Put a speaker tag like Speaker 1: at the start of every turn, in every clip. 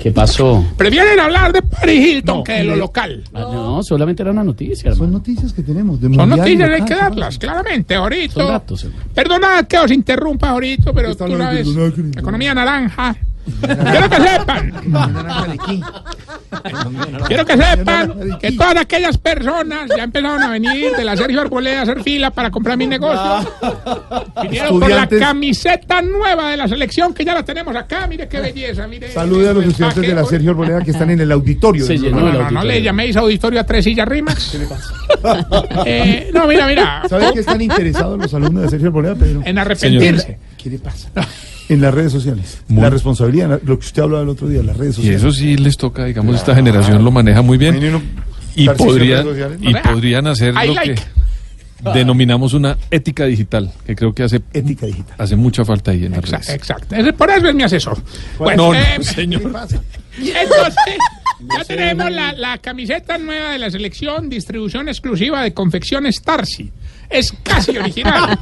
Speaker 1: ¿Qué pasó?
Speaker 2: Prefieren hablar de Paris Hilton
Speaker 1: No.
Speaker 2: que de lo local.
Speaker 1: Ah, no, solamente era una noticia,
Speaker 3: Son
Speaker 1: hermano.
Speaker 3: Pues noticias que tenemos. De
Speaker 2: Son
Speaker 3: mundial y
Speaker 2: noticias,
Speaker 3: local,
Speaker 2: hay que
Speaker 3: hermano.
Speaker 2: darlas, claramente,
Speaker 1: Son
Speaker 2: ahorita.
Speaker 1: datos, hermano.
Speaker 2: Perdonad que os interrumpa ahorita, pero
Speaker 3: Está
Speaker 2: tú
Speaker 3: hablando
Speaker 2: sabes,
Speaker 3: de una crisis.
Speaker 2: economía naranja. Quiero que sepan, Ah. quiero que sepan que todas aquellas personas ya empezaron a venir de la Sergio Arboleda a hacer fila para comprar mi negocio. Vinieron por la
Speaker 3: Estudiantes.
Speaker 2: camiseta nueva de la selección que ya la tenemos acá. Mire qué belleza, mire.
Speaker 3: Salude a los
Speaker 2: Empaque,
Speaker 3: estudiantes de la
Speaker 2: por-
Speaker 3: Sergio Arboleda que están en el auditorio.
Speaker 1: Se
Speaker 3: del
Speaker 1: llenó
Speaker 2: No,
Speaker 3: programa.
Speaker 1: el
Speaker 2: no, no, no
Speaker 1: auditorio.
Speaker 2: le llaméis auditorio a tres sillas rimas. ¿Qué le pasa? no, mira, mira.
Speaker 3: ¿Sabes qué están interesados los alumnos de Sergio Arboleda, Pedro?
Speaker 2: En Ah. arrepentirse.
Speaker 3: ¿Qué le pasa? En las redes sociales. La responsabilidad, la- lo que usted hablaba el otro día, las redes
Speaker 4: Y
Speaker 3: sociales.
Speaker 4: eso sí les toca, digamos, esta generación lo maneja muy bien
Speaker 3: Imagínense
Speaker 4: y
Speaker 3: Tarcisio en
Speaker 4: podrían,
Speaker 3: redes sociales.
Speaker 4: y podrían hacer
Speaker 2: I
Speaker 4: lo
Speaker 2: like.
Speaker 4: que denominamos una ética digital, que creo que hace,
Speaker 3: Ética digital.
Speaker 4: hace mucha falta ahí en las
Speaker 2: Exa-
Speaker 4: redes.
Speaker 2: Exacto. Ese- Por eso es mi asesor. Pues,
Speaker 4: No,
Speaker 2: eh,
Speaker 4: no, señor.
Speaker 2: Entonces, ya tenemos la, la camiseta nueva de la selección, distribución exclusiva de confecciones Tarsi. Es casi original.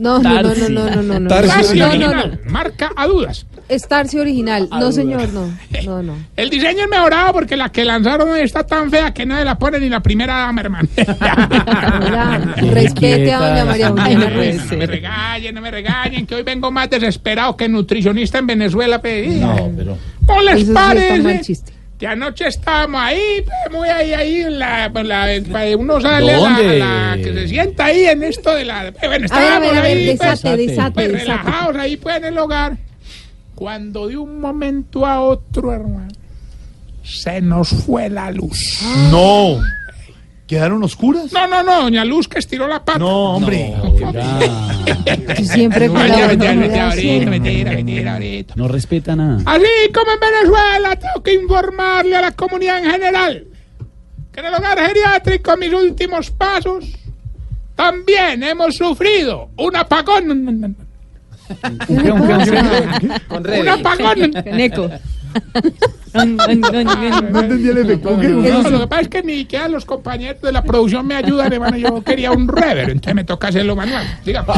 Speaker 5: No, no, no, no, no, no, no, no.
Speaker 2: casi
Speaker 5: no, no, no.
Speaker 2: original. Marca a dudas.
Speaker 5: Es Tarsi original. No, señor, no. No, no.
Speaker 2: El diseño es mejorado porque la que lanzaron está tan fea que nadie la pone ni la primera dama, hermano. Ah,
Speaker 5: Ahora,
Speaker 1: Qué
Speaker 5: respete a doña
Speaker 1: inquieta.
Speaker 5: María
Speaker 1: Ay,
Speaker 5: Eugenia
Speaker 1: no puede
Speaker 5: Ruiz.
Speaker 2: No me regañen, no me regañen, que hoy vengo más desesperado que nutricionista en Venezuela. pe-
Speaker 1: No, pero...
Speaker 2: ¿Cómo les
Speaker 5: Eso sí está mal
Speaker 2: parece?
Speaker 5: chiste.
Speaker 2: Que anoche estábamos ahí, pe, muy ahí, ahí, en la, en la- en- uno sale a la-
Speaker 1: ¿Dónde?
Speaker 2: a la que se sienta ahí en esto de la... pe, Bueno,
Speaker 5: A ver, a
Speaker 2: estábamos
Speaker 5: ver, a ver,
Speaker 2: ahí, pe,
Speaker 5: desate, desate,
Speaker 2: pues,
Speaker 5: desate.
Speaker 2: relajados ahí, pues, en el hogar. Cuando de un momento a otro, hermano, se nos fue la luz.
Speaker 3: No. ¿Quedaron oscuras?
Speaker 2: No, no, no, doña Luz que estiró la pata.
Speaker 3: No, hombre.
Speaker 5: Yo siempre con
Speaker 2: Ay,
Speaker 5: la
Speaker 2: ya,
Speaker 5: María
Speaker 2: ya, ya,
Speaker 5: Eugenia
Speaker 2: ahorita,
Speaker 5: siempre.
Speaker 2: mentira, mentira, ahorita.
Speaker 1: No respeta nada.
Speaker 2: Así como en Venezuela, tengo que informarle a la comunidad en general que en el hogar geriátrico, mis últimos pasos, también hemos sufrido un apagón. Un apagón.
Speaker 3: No entendí el efecto. ¿Qué?
Speaker 2: No, lo que pasa es que ni siquiera los compañeros de la producción me ayudan, hermano. Yo quería un rever, entonces me toca hacerlo manual. Dígame.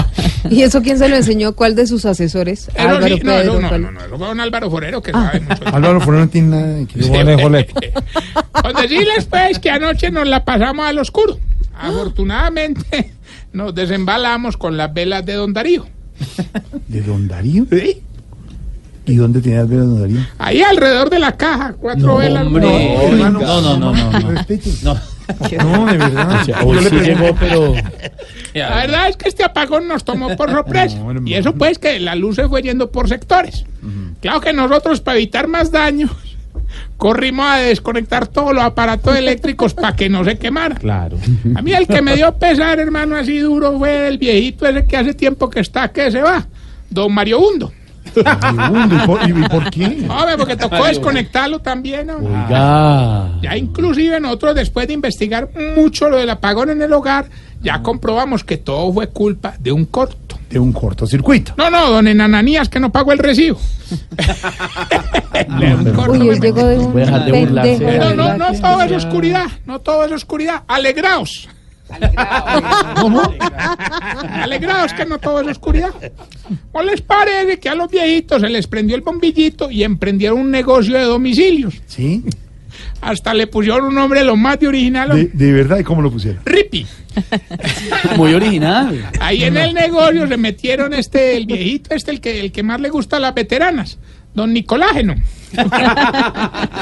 Speaker 5: ¿Y eso quién se lo enseñó? ¿Cuál de sus asesores?
Speaker 2: Pero
Speaker 5: Álvaro
Speaker 2: sí, no,
Speaker 5: Pedro. Ah.
Speaker 2: no, no,
Speaker 5: ¿cuál?
Speaker 2: no, no, fue un Álvaro Forero que sabe mucho.
Speaker 3: Álvaro Forero no tiene nada de que
Speaker 2: Con decirles pues que anoche nos la pasamos al oscuro. Afortunadamente nos desembalamos con las velas de Don Darío.
Speaker 3: ¿De Don Darío? ¿Y dónde tenías velas, Don Darío?
Speaker 2: Ahí alrededor de la caja, cuatro velas.
Speaker 1: hombre.
Speaker 2: No,
Speaker 1: hermano. No, no, no, no, no.
Speaker 3: Respete.
Speaker 1: No,
Speaker 3: No, de verdad.
Speaker 1: hoy
Speaker 3: Ah, Yo le
Speaker 1: sí llegó, pero...
Speaker 2: La verdad es que este apagón nos tomó por sorpresa.
Speaker 3: No, hermano.
Speaker 2: y eso pues que la luz se fue yendo por sectores. Claro que nosotros para evitar más daños corrimos a desconectar todos los aparatos eléctricos para que no se quemaran.
Speaker 1: Claro.
Speaker 2: A mí el que me dio pesar, hermano, así duro fue el viejito ese que hace tiempo que está, que se va, don Mario Hundo.
Speaker 3: Segundo, ¿y por- ¿Y y por qué?
Speaker 2: Hombre, porque tocó desconectarlo también. ¿no?
Speaker 1: Oiga.
Speaker 2: Ya inclusive nosotros después de investigar mucho lo del apagón en el hogar, ya comprobamos que todo fue culpa de un corto.
Speaker 3: De un cortocircuito.
Speaker 2: No, no, don Enananías que no pagó el recibo. Le un corto
Speaker 5: Uy,
Speaker 2: me
Speaker 5: él llegó de un
Speaker 1: Voy a dejar de burlarse.
Speaker 5: pendejo.
Speaker 2: No,
Speaker 5: la
Speaker 2: no,
Speaker 5: verdad,
Speaker 2: no
Speaker 5: que-
Speaker 2: todo es oscuridad, no todo es oscuridad. Alegraos. ¿Cómo? Alegraos que no todo es oscuridad. ¿O les parece que a los viejitos se les prendió el bombillito y emprendieron un negocio de domicilios?
Speaker 3: ¿Sí?
Speaker 2: Hasta le pusieron un nombre lo más de original.
Speaker 3: De, de verdad, ¿y cómo lo pusieron?
Speaker 2: Ripi.
Speaker 1: Muy original.
Speaker 2: Ahí en el negocio se metieron este, el viejito, este, el que, el que más le gusta a las veteranas, don Nicolágeno.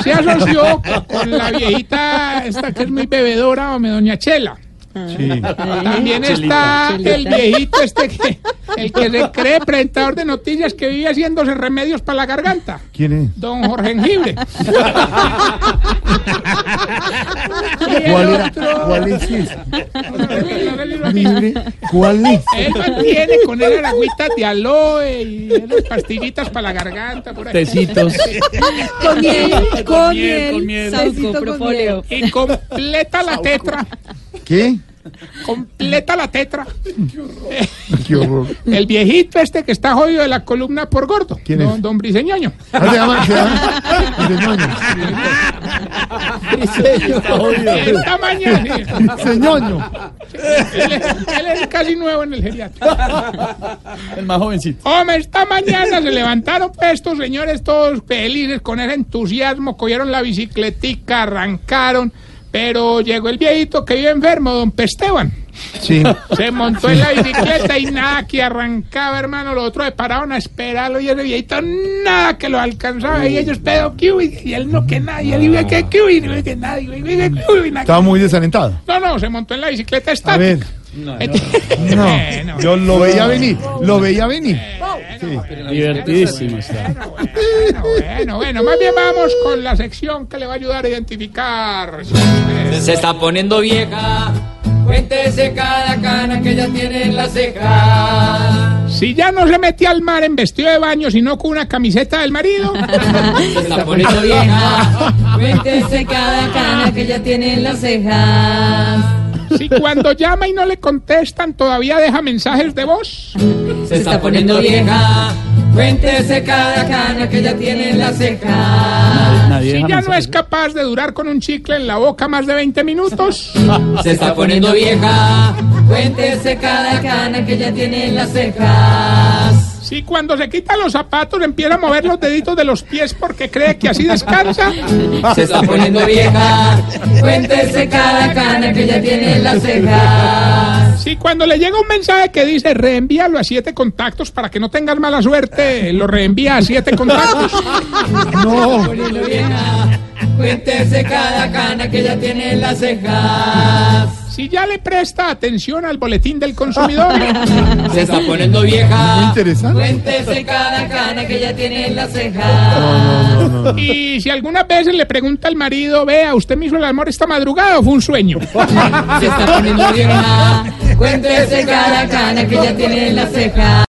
Speaker 2: Se asoció con la viejita, esta que es muy bebedora, hombre, doña Chela.
Speaker 1: Ah.
Speaker 3: Sí.
Speaker 2: También está el viejito este que, el que se cree presentador de noticias que vive haciéndose remedios para la garganta.
Speaker 3: ¿Quién es?
Speaker 2: Don Jorge Jengibre. Y el
Speaker 3: ¿Cuál, era?
Speaker 2: otro-
Speaker 3: ¿Cuál es ese?
Speaker 2: Libre.
Speaker 3: Libre. ¿Cuál es?
Speaker 2: Él mantiene con él agüitas de aloe y las pastillitas para la garganta. Por ahí.
Speaker 1: Tecitos.
Speaker 5: Con miel, con miel.
Speaker 6: Sauco,
Speaker 5: Saucito con miel.
Speaker 6: propóleo.
Speaker 2: Y completa la tetra.
Speaker 3: ¿Qué?
Speaker 2: Completa la tetra.
Speaker 3: Qué horror.
Speaker 2: El viejito este que está jodido de la columna por gordo.
Speaker 3: ¿Quién
Speaker 2: don,
Speaker 3: es?
Speaker 2: Don Briseñoño.
Speaker 3: Ah, se llama- se llama- Briseñoño.
Speaker 2: Esta mañana.
Speaker 3: Briseñoño.
Speaker 2: Él es, él es casi nuevo en el geriatra.
Speaker 1: El más jovencito.
Speaker 2: Hombre, esta mañana se levantaron pues, estos señores todos felices con ese entusiasmo, cogieron la bicicletica, arrancaron, pero llegó el viejito que vive enfermo, don Pesteban.
Speaker 3: Sí.
Speaker 2: Se montó en la bicicleta y nada que arrancaba, hermano. Los otros se pararon a esperarlo y ese viejito nada que lo alcanzaba. Y ellos, pedo, que uy, y él no que nadie, él iba que que uy, y no que nadie, y iba que uy, nada que-
Speaker 3: Estaba muy desalentado.
Speaker 2: No, no, se montó en la bicicleta
Speaker 3: A ver. Eh,
Speaker 2: estática.
Speaker 3: No.
Speaker 2: Bueno.
Speaker 3: Yo lo veía venir. Lo veía venir. Sí.
Speaker 1: Divertidísimo está.
Speaker 2: Bueno, bueno, bueno, más bien vamos con la sección que le va a ayudar a identificar.
Speaker 7: Se está poniendo vieja. Cuéntese cada cana que ya tiene en la ceja.
Speaker 2: Si ya no se metió al mar en vestido de baño, sino con una camiseta del marido.
Speaker 7: Se está poniendo vieja. Cuéntese cada cana que ya tiene en la ceja.
Speaker 2: Si cuando llama y no le contestan, todavía deja mensajes de voz.
Speaker 7: Se está poniendo vieja. Cuéntese cada cana que ya tiene en la ceja.
Speaker 1: Nadie
Speaker 2: Si
Speaker 1: deja
Speaker 2: ya no
Speaker 1: mensaje.
Speaker 2: es capaz de durar con un chicle en la boca más de 20 minutos.
Speaker 7: Se está poniendo vieja. Cuéntese cada cana que ya tiene en las cejas.
Speaker 2: Si cuando se quita los zapatos empieza a mover los deditos de los pies porque cree que así descansa.
Speaker 7: Se está poniendo vieja. Cuéntese cada cana que ya tiene en las cejas.
Speaker 2: Si cuando le llega un mensaje que dice reenvíalo a siete contactos para que no tengas mala suerte, lo reenvía a siete contactos.
Speaker 3: No.
Speaker 7: Poniendo vieja. Cuéntese cada cana que ya tiene en las cejas.
Speaker 2: Si ya le presta atención al boletín del consumidor.
Speaker 7: Se está poniendo vieja.
Speaker 3: Muy interesante.
Speaker 7: Cuéntese cada cana que ya tiene en las cejas.
Speaker 3: No, no, no.
Speaker 2: Y si algunas veces le pregunta al marido, vea, ¿usted me hizo el amor esta madrugada o fue un sueño?
Speaker 7: Se está poniendo vieja. Cuéntese cada cana que ya tiene en las cejas.